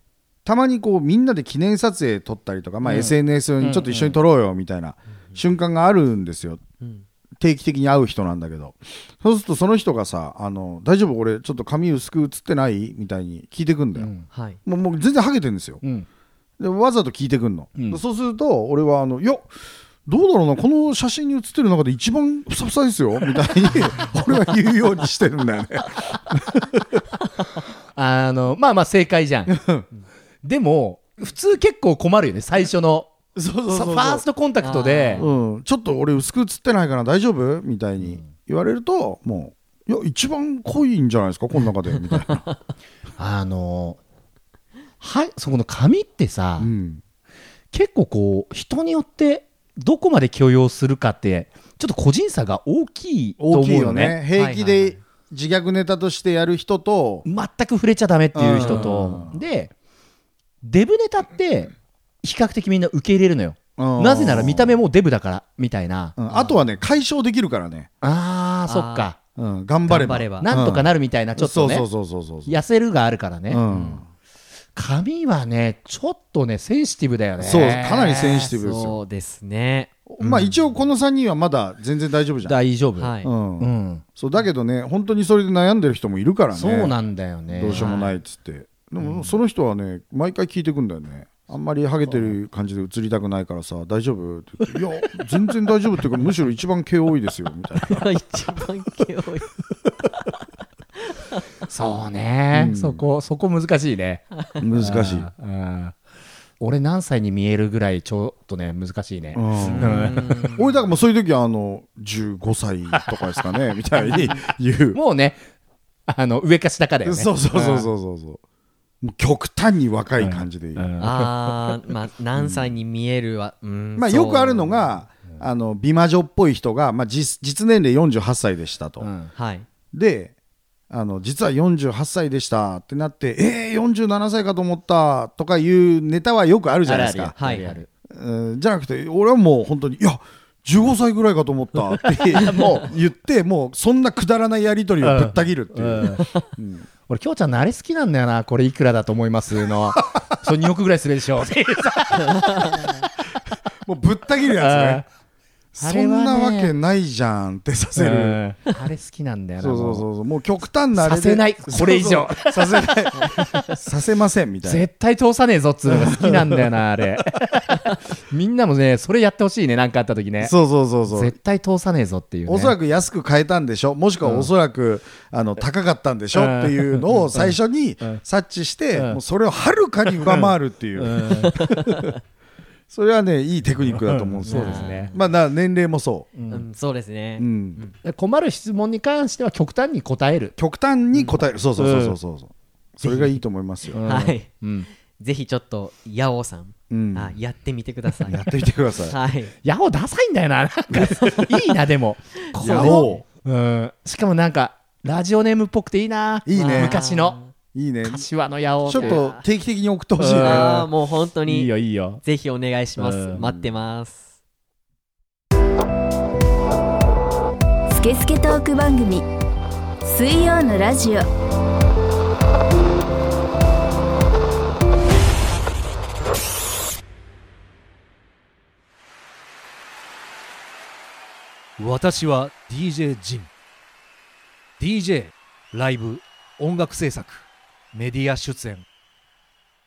S4: たまにこうみんなで記念撮影撮ったりとか、まあ、SNS にちょっと一緒に撮ろうよみたいな瞬間があるんですよ、定期的に会う人なんだけどそうするとその人がさ「あの大丈夫俺ちょっと髪薄く写ってない?」みたいに聞いてくんだよ、
S2: はい
S4: もうもう全然ハゲてるんですよ
S3: うん
S4: でわざと聞いてくんの、
S3: うん
S4: そうすると俺はあの「いやどうだろうなこの写真に写ってる中で一番ふさふさですよ」みたいに俺は言うようにしてるんだよね
S3: あの、まあまあ正解じゃん。でも、普通結構困るよね、最初の。
S4: そう
S3: さファーストコンタクトで、
S4: うん、ちょっと俺薄く映ってないから大丈夫みたいに言われると、もういや一番濃いんじゃないですかこの中でみたいな、
S3: あの、はい、そこの紙ってさ、
S4: うん、
S3: 結構こう、人によってどこまで許容するかって、ちょっと個人差が大きいと思
S4: 大
S3: う
S4: きいよ
S3: よ
S4: ね
S3: ね。
S4: 平気
S2: はいはい
S4: で自虐ネタとしてやる人と、
S3: 全く触れちゃダメっていう人と、で、デブネタって、比較的みんな受け入れるのよ。
S4: うん
S3: なぜなら見た目もデブだから、みたいな。
S4: うんあとはね解消できるからね、
S3: あー、そっか。
S4: うん、頑張れ
S2: 頑張
S4: ば
S2: れば
S3: なんとかなるみたいな、ちょっとね
S4: そう。そうそうそうそう
S3: 痩せるがあるからね、
S4: うん
S3: 髪はねちょっとねセンシティブだよね
S4: そうかなりセンシティブですよ、
S2: そうですね
S4: まあ一応この3人はまだ全然大丈夫じゃん、
S3: 大丈夫、
S2: はい
S4: うん
S3: うん
S4: そうだけどね本当にそれで悩んでる人もいるからね
S3: そうなんだよね
S4: どうしようもないっつって、でもその人はね毎回聞いてくんだよねあんまりハゲてる感じで映りたくないからさ大丈夫って言っていや全然大丈夫っていうかむしろ一番毛多いですよみたいな
S2: 一番毛多い
S3: そうね、
S4: うん
S3: そこそこ難しいね
S4: 難しい、
S3: あーあー俺何歳に見えるぐらいちょっとね難しいね、
S4: うん
S2: うん
S4: 俺だからもうそういう時はあの15歳とかですかねみたいに言う
S3: もうねあの上か下かだよね
S4: そうそうそうそうそうそうもう極端に若い感じで言う、
S3: うん
S2: あーまあ何歳に見えるは、うん
S4: まあ、
S2: そう
S4: よくあるのがあの美魔女っぽい人が、まあ、実実年齢48歳でしたと、
S3: うん
S2: はい
S4: であの実は48歳でしたってなってえー、47歳かと思ったとかいうネタはよくあるじゃないですか
S2: はい、
S3: やる
S4: うんじゃなくて俺はもう本当にいや15歳ぐらいかと思ったってもう言ってもうそんなくだらないやり取りをぶった切るっていう、
S3: うん俺、きょうちゃんのあれ好きなんだよな、これいくらだと思います の、それ2億ぐらいするでしょ、
S4: もうぶった切るやつ
S3: あ
S4: ねそ
S3: れはね
S4: んなわけないじゃんってさせ
S3: う
S4: る
S3: んあれ好きなんだよな、
S4: そうそう
S3: も
S4: そうそうもう極端なあれで
S3: させないこれ以上
S4: そうそう させないさせませんみたいな
S3: 絶対通さねえぞっつうのが好きなんだよな、あ れ。みんなもね、それやってほしいね、なんかあった時ね。
S4: そうそうそうそう
S3: 絶対通さねえぞっていう、ね。
S4: おそら
S3: く
S4: く安く買えたんでしょもしくはおそらく、あの高かったんでしょ、
S3: うん
S4: っていうのを最初に察知して、
S3: うん
S4: もうそれをはるかに上回るっていう、 それはねいいテクニックだと思うんですよ、
S3: そうですね。
S4: まあな年齢もそう
S2: ん、そうですね、
S4: う、うん、
S3: 困る質問に関しては極端に答える。
S4: 極端に答える、そうそうそうそうそうそうそれがいいと思いますよ、
S3: うん
S2: はい
S3: うん。
S2: ぜひちょっとヤオさん、
S4: うん
S2: あやってみてください
S4: やってみてください
S2: はい
S3: ヤオダサいんだよな、なんか。いいな、でも。
S4: ヤオ
S3: うん。しかもなんか、ラジオネームっぽくていいな。
S4: いいね
S3: 昔の。
S4: いいねち
S3: 柏のヤオ。
S4: ょっと定期的に送ってほしい
S3: うん
S4: ね
S2: ああもう本当
S3: いい
S2: に
S3: よ、いいよ。
S2: ぜひお願いします
S3: うん
S2: 待ってます
S1: スケスケトーク番組水曜のラジオ
S6: 私は DJ ジン DJ ライブ音楽制作メディア出演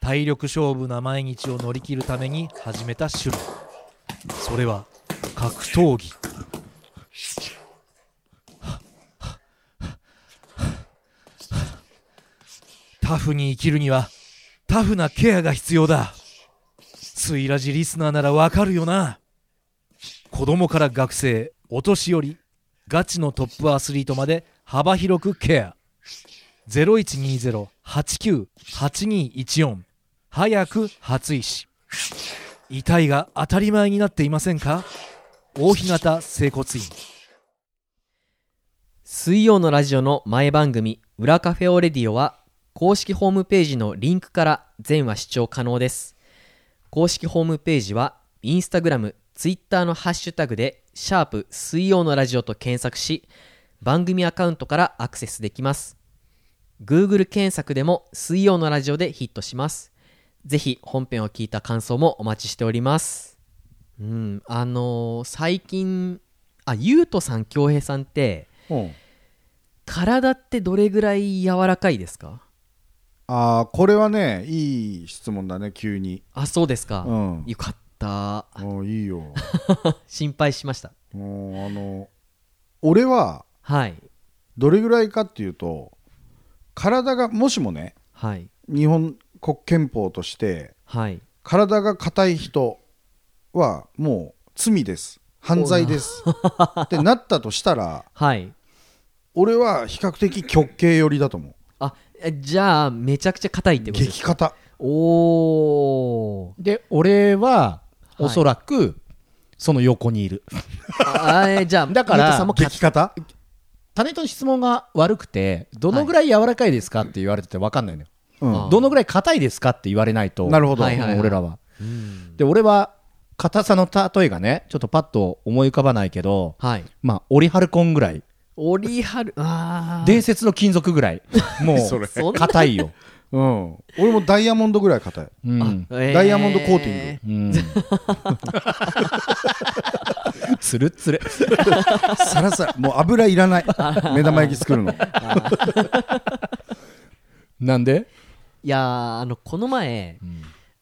S6: 体力勝負な毎日を乗り切るために始めた種類それは格闘技タフに生きるにはタフなケアが必要だスイラジリスナーならわかるよな子供から学生お年寄りガチのトップアスリートまで幅広くケア0120-89-8214早く初石遺体が当たり前になっていませんか大日向整骨院
S2: 水曜のラジオの前番組「裏カフェオレディオ」は公式ホームページのリンクから全話視聴可能です公式ホームページはインスタグラムツイッターのハッシュタグで「シャープ水曜のラジオ」と検索し番組アカウントからアクセスできます Google 検索でも「水曜のラジオ」でヒットしますぜひ本編を聞いた感想もお待ちしておりますうんあのー最近あゆうとさん恭平さんって
S4: うん
S2: 体ってどれぐらい柔らかいですか
S4: ああこれはねいい質問だね急に
S2: あそうですか、
S4: うん
S2: よかった
S4: うんいいよ
S2: 心配しました
S4: もうあの俺は
S2: はい
S4: どれぐらいかっていうと体がもしもね
S2: はい
S4: 日本国憲法として
S2: はい
S4: 体が硬い人はもう罪です犯罪ですってなったとしたら
S2: はい
S4: 俺は比較的極刑寄りだと思う
S2: あえじゃあめちゃくちゃ硬いってことです
S4: 激硬
S2: おー
S3: で、俺は、
S2: い
S3: おそらく、その横にいる。
S2: ああえじゃあ
S3: だから
S2: ゆうとさんも
S4: 激硬
S3: タネットの質問が悪くて、どのぐらい柔らかいですかって言われてて分かんないのよ。
S4: うん
S2: あ
S3: どのぐらい硬いですかって言われないと、
S4: なるほど
S2: はいはい
S3: 俺らは。
S2: うん
S3: で、俺は、硬さの例えがね、ちょっとパッと思い浮かばないけど、
S2: はい
S3: まあ、オリハルコンぐらい、
S2: オリハルあー
S3: 伝説の金属 ぐらい、も
S4: それ
S2: そん
S3: う、
S2: な
S3: 硬いよ。
S4: うん俺もダイヤモンドぐらい硬い
S3: うん。
S2: え
S4: ダイヤモンドコーティング
S3: うんつるっつる。
S4: サラサラもう油いらない目玉焼き作るの
S3: なんで
S2: いやーあのこの前、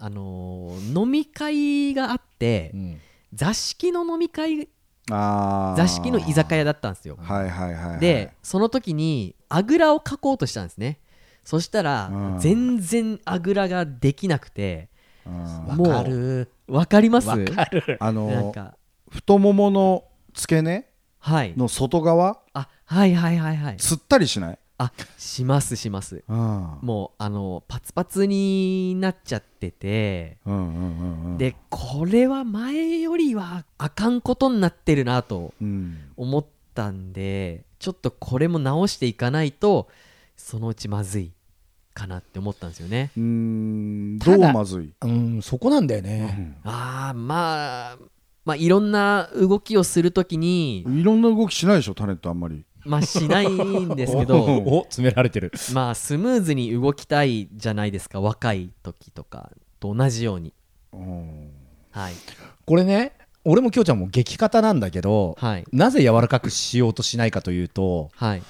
S2: あのー飲み会があって、
S3: うん
S2: 座敷の飲み会
S4: あー
S2: 座敷の居酒屋だったんですよ
S4: はいはいはい、はい、
S2: でその時にあぐらをかこうとしたんですねそしたら
S4: うん
S2: 全然あぐらができなくて
S4: うん
S2: もう
S6: わかる
S2: わかります
S6: わかる
S4: あ
S2: なん
S4: の
S2: か
S4: 太ももの付け根
S2: はい
S4: の外側
S2: あはいはいはいはい
S4: つったりしない、
S2: あしますします
S4: うん、
S2: もうあのパツパツになっちゃってて
S4: うんうんうんうん、
S2: でこれは前よりはあかんことになってるなと
S4: うん、
S2: 思ったんでちょっとこれも直していかないとそのうちまずいかなって思ったんですよね
S4: うーんど
S3: た
S4: う
S3: だ
S4: まずい、
S3: うん、そこなんだよね。
S2: あーまあまあいろんな動きをするときに
S4: いろんな動きしないでしょタネットあんまり
S2: まあしないんですけ ど
S3: お、詰められてる。
S2: まあスムーズに動きたいじゃないですか若い時とかと同じように
S4: うん
S2: はい
S3: これね、俺もきょうちゃんも激型なんだけど、
S2: はい
S3: なぜ柔らかくしようとしないかというと、
S2: はい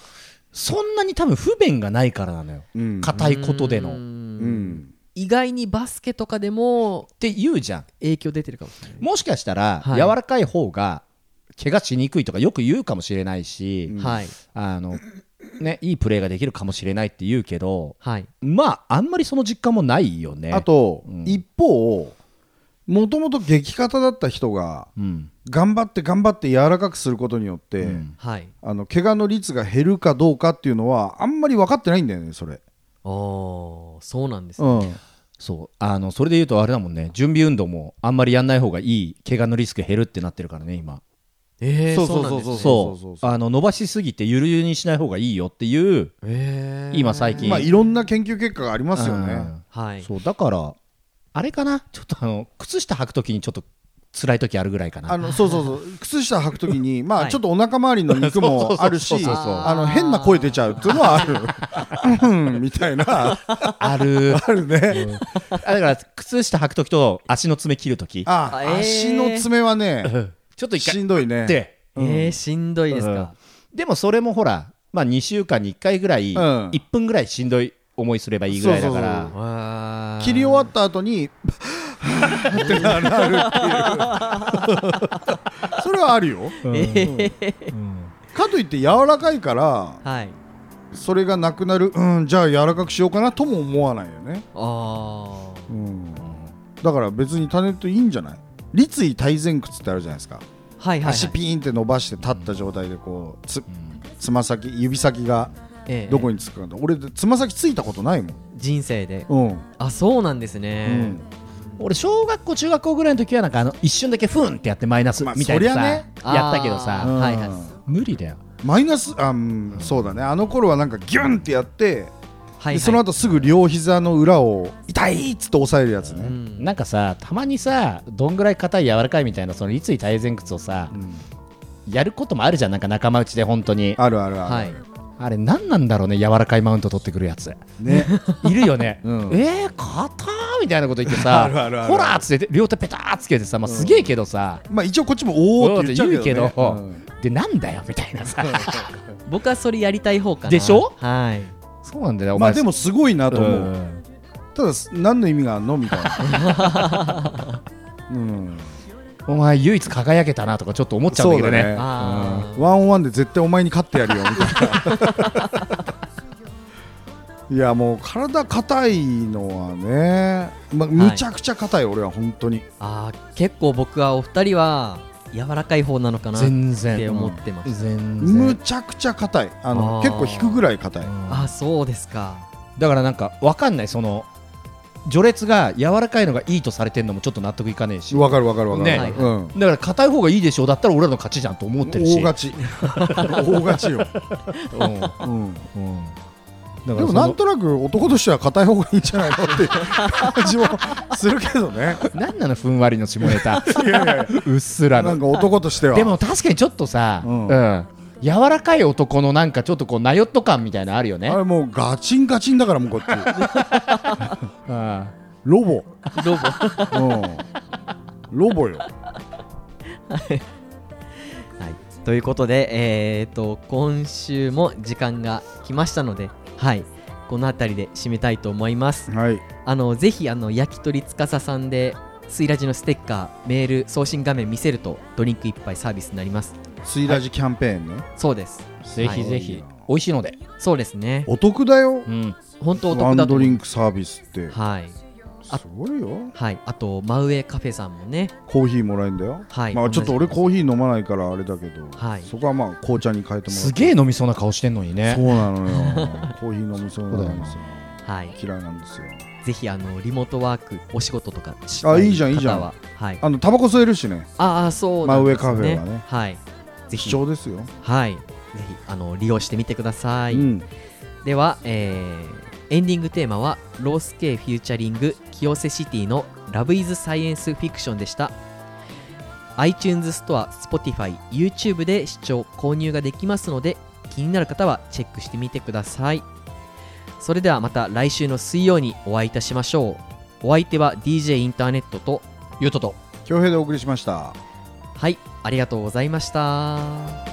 S3: そんなに多分不便がないからなのよ。
S4: うん
S3: 硬いことで
S2: うー
S3: の。っ
S4: うんん
S2: 意外にバスケとかでも
S3: て言うじゃん。
S2: 影響出てるかもしれない
S3: もしかしたら、
S2: はい
S3: 柔らかい方が怪我しにくいとかよく言うかもしれないし、
S4: うん
S2: はい
S3: あのね、いいプレーができるかもしれないって言うけど、
S2: はい
S3: まあ、あんまりその実感もないよね。
S4: あ、と、
S3: うん
S4: 一方もともと激硬だった人が
S3: うん
S4: 頑張って頑張って柔らかくすることによって、
S3: うん
S2: はい
S4: あの怪我の率が減るかどうかっていうのはあんまり分かってないんだよねそれ、
S2: ああそうなんです
S4: う
S2: ね、
S4: ん、
S3: そうあのそれで言うとあれだもんね準備運動もあんまりやんない方がいい怪我のリスク減るってなってるからね今
S2: ええ
S4: そう
S2: そ
S4: そうう
S2: なん
S4: そ
S2: で
S4: う
S2: す
S4: そ
S2: ね
S4: う
S3: そう
S4: そう
S3: あの伸ばしすぎてゆるゆるにしない方がいいよっていう
S2: ええ
S3: 今最近
S4: まあいろんな研究結果がありますよね、
S2: はい
S3: そうだからあれかなちょっとあの靴下履くときにちょっと辛い時あるぐらいかな
S4: あのそうそうそう靴下履くとき に、ま
S2: は
S4: あ、
S2: い
S4: ちょっとお腹周りの肉もあるし
S3: そうそうそうそうそう
S4: あの変な声出ちゃうっていうのは あるうんみたいな
S3: ある
S4: あるね、
S3: あだから靴下履くときと足の爪切るときち
S4: あ、
S2: え ー
S4: 足の爪は
S3: ょ
S4: ね
S3: っと一
S4: し
S3: 回
S4: んどいね
S3: って
S2: えー、しんどいですか、
S3: でもそれもほら、まあ、2週間に1回ぐらい、
S4: うん
S3: 1分ぐらいしんどい思いすればいいぐらいだから
S4: そうそう
S2: わー
S4: 切り終わった後に ってなるっていう それはあるよかといって柔らかいから
S2: はい
S4: それがなくなるうんじゃあ柔らかくしようかなとも思わないよね、
S2: あ
S4: うん、だから別にタネットいいんじゃない立位体前屈ってあるじゃないですか
S2: ーはいはい、は
S4: 足
S2: い、
S4: ピーンって伸ばして立った状態でこうつつま先指先が
S2: ええ
S4: どこにつくかと俺つま先ついたことないもん
S2: 人生で
S4: うん
S2: あそうなんです
S4: う
S2: ね
S4: ん、
S3: 俺小学校中学校ぐらいの時はなんかあの一瞬だけフンってやってマイナス
S4: まあ
S3: みたいなさ、
S4: そりゃね
S3: やったけど
S2: あー
S3: さ
S2: はいはい
S4: うん
S3: 無理だよ
S4: マイナスあ、うん、そうだねあの頃はなんかギュンってやっ
S2: は
S4: て、
S2: い、は
S4: で
S2: い、
S4: その後すぐ両膝の裏を痛いっつって押さえるやつ
S2: う
S4: ね、
S2: ん
S3: なんかさたまにさどんぐらい硬い柔らかいみたいなその立位体前屈をさ、
S4: うん
S3: やることもあるじゃんなんか仲間内で本当にあ
S4: あるあるある、
S2: はい
S3: れ何なんだろうね柔らかいマウント取ってくるやつ
S4: ね
S3: いるよね、
S4: うん
S3: えー、硬ーみたいなこと言ってさ
S4: あるあるある
S3: ほらっつって両手ペターっつけてさ、まあ、すげえけどさ、
S4: まあ一応こっちもおおって言っちゃうけど,、ね、
S3: おーって言うでなんだよみたいな さ
S2: 僕はそれやりたい方かな
S3: でしょ
S2: はい
S3: そうなんだよ
S4: う
S3: お
S4: んま
S3: 前
S4: あでもすごいなと思う、
S3: うん
S4: ただ何の意味があるのみたいな うん
S3: お前唯一輝けたなとかちょっと思っちゃうんだ
S4: そ
S3: け
S4: う
S3: ど
S4: だ
S3: ね
S4: ね
S2: あー
S4: ワンオンワンで絶対お前に勝ってやるよみたいな。 いやもう体硬いのはね、ま、むちゃくちゃ硬い俺は本当に、
S2: あー結構僕はお二人は柔らかい方なのかなっ
S3: 全
S2: て
S3: 然
S2: 思ってます、
S3: 全
S4: む
S3: 然
S4: ちゃくちゃ硬いあの
S2: あー
S4: 結構引くぐらい硬い、
S2: あそうですか
S3: だからなんかわかんないその序列が柔らかいのがいいとされてるのもちょっと納得いかねえしだ
S4: わかるわかるわかる、
S3: ね
S4: わかるうん
S3: から硬い方がいいでしょうだったら俺らの勝ちじゃんと思ってるし
S4: 大勝 ち大勝ちよ、
S3: うん
S4: うん、
S3: うん
S4: で
S3: だから
S4: も
S3: そ
S4: なん
S3: の
S4: となく男としては硬い方がいいんじゃないのっていう感じもするけど ね
S3: なんなのふんわりの下ネ タ
S4: いやいやいや
S3: うっすら
S4: な
S3: の
S4: んか男としては
S3: でも確かにちょっとさ、
S4: うん
S3: うん柔らかい男のなんかちょっとこうなよっと感みたいなのあるよね
S4: あ。れもうガチンガチンだから もうこっち
S3: うん
S4: ロボ
S2: ロボ
S4: うん、ロボよ。
S2: はい、ということで、えー、と今週も時間が来ましたので、はい、この辺りで締めたいと思います
S4: はい
S2: あのぜひあの焼き鳥つかささんでスイラジのステッカーメール送信画面見せるとドリンク一杯サービスになります
S4: スイラジキャンペーンね、
S2: そうです
S5: ぜひぜひ、美味しいので。
S2: そうですね
S4: お得だよ
S5: うん。
S2: 本当お
S4: ワ
S2: 得
S4: ン
S2: だと
S4: ド
S2: 思
S4: リ
S2: う
S4: ンクサービスって
S2: はいあ
S4: すごいよ
S2: はいあと真上カフェさんもね
S4: コーヒーもらえるんだよ
S2: はい
S4: まあ
S2: 同じ
S4: ちょっと俺コーヒー飲まないからあれだけど、
S2: はい
S4: そこはまあ紅茶に変えてもらって
S5: すげえ飲みそうな顔してんのにね
S4: そ。うな のよコーヒー飲みそうなんですよ
S2: はい
S4: 嫌いなんですよ
S2: ぜひあのリモートワークお仕事とかし
S4: あいいじゃんいいじゃん
S2: 方ははい
S4: あのタバコ吸えるしね
S2: ああそうなんです、ね、
S4: 真上カフェはね
S2: はいぜ
S4: 貴
S2: ひ
S4: 重ですよ、
S2: はいぜひあの利用してみてください、
S4: うん
S2: では、えーエンディングテーマはロース K フューチャリング清瀬シティのラブイズサイエンスフィクションでした iTunes ストア、Spotify、YouTube で視聴購入ができますので気になる方はチェックしてみてくださいそれではまた来週の水曜にお会いいたしましょうお相手は DJ インターネットと
S5: ゆうとと。
S4: 恭平でお送りしました
S2: はいありがとうございました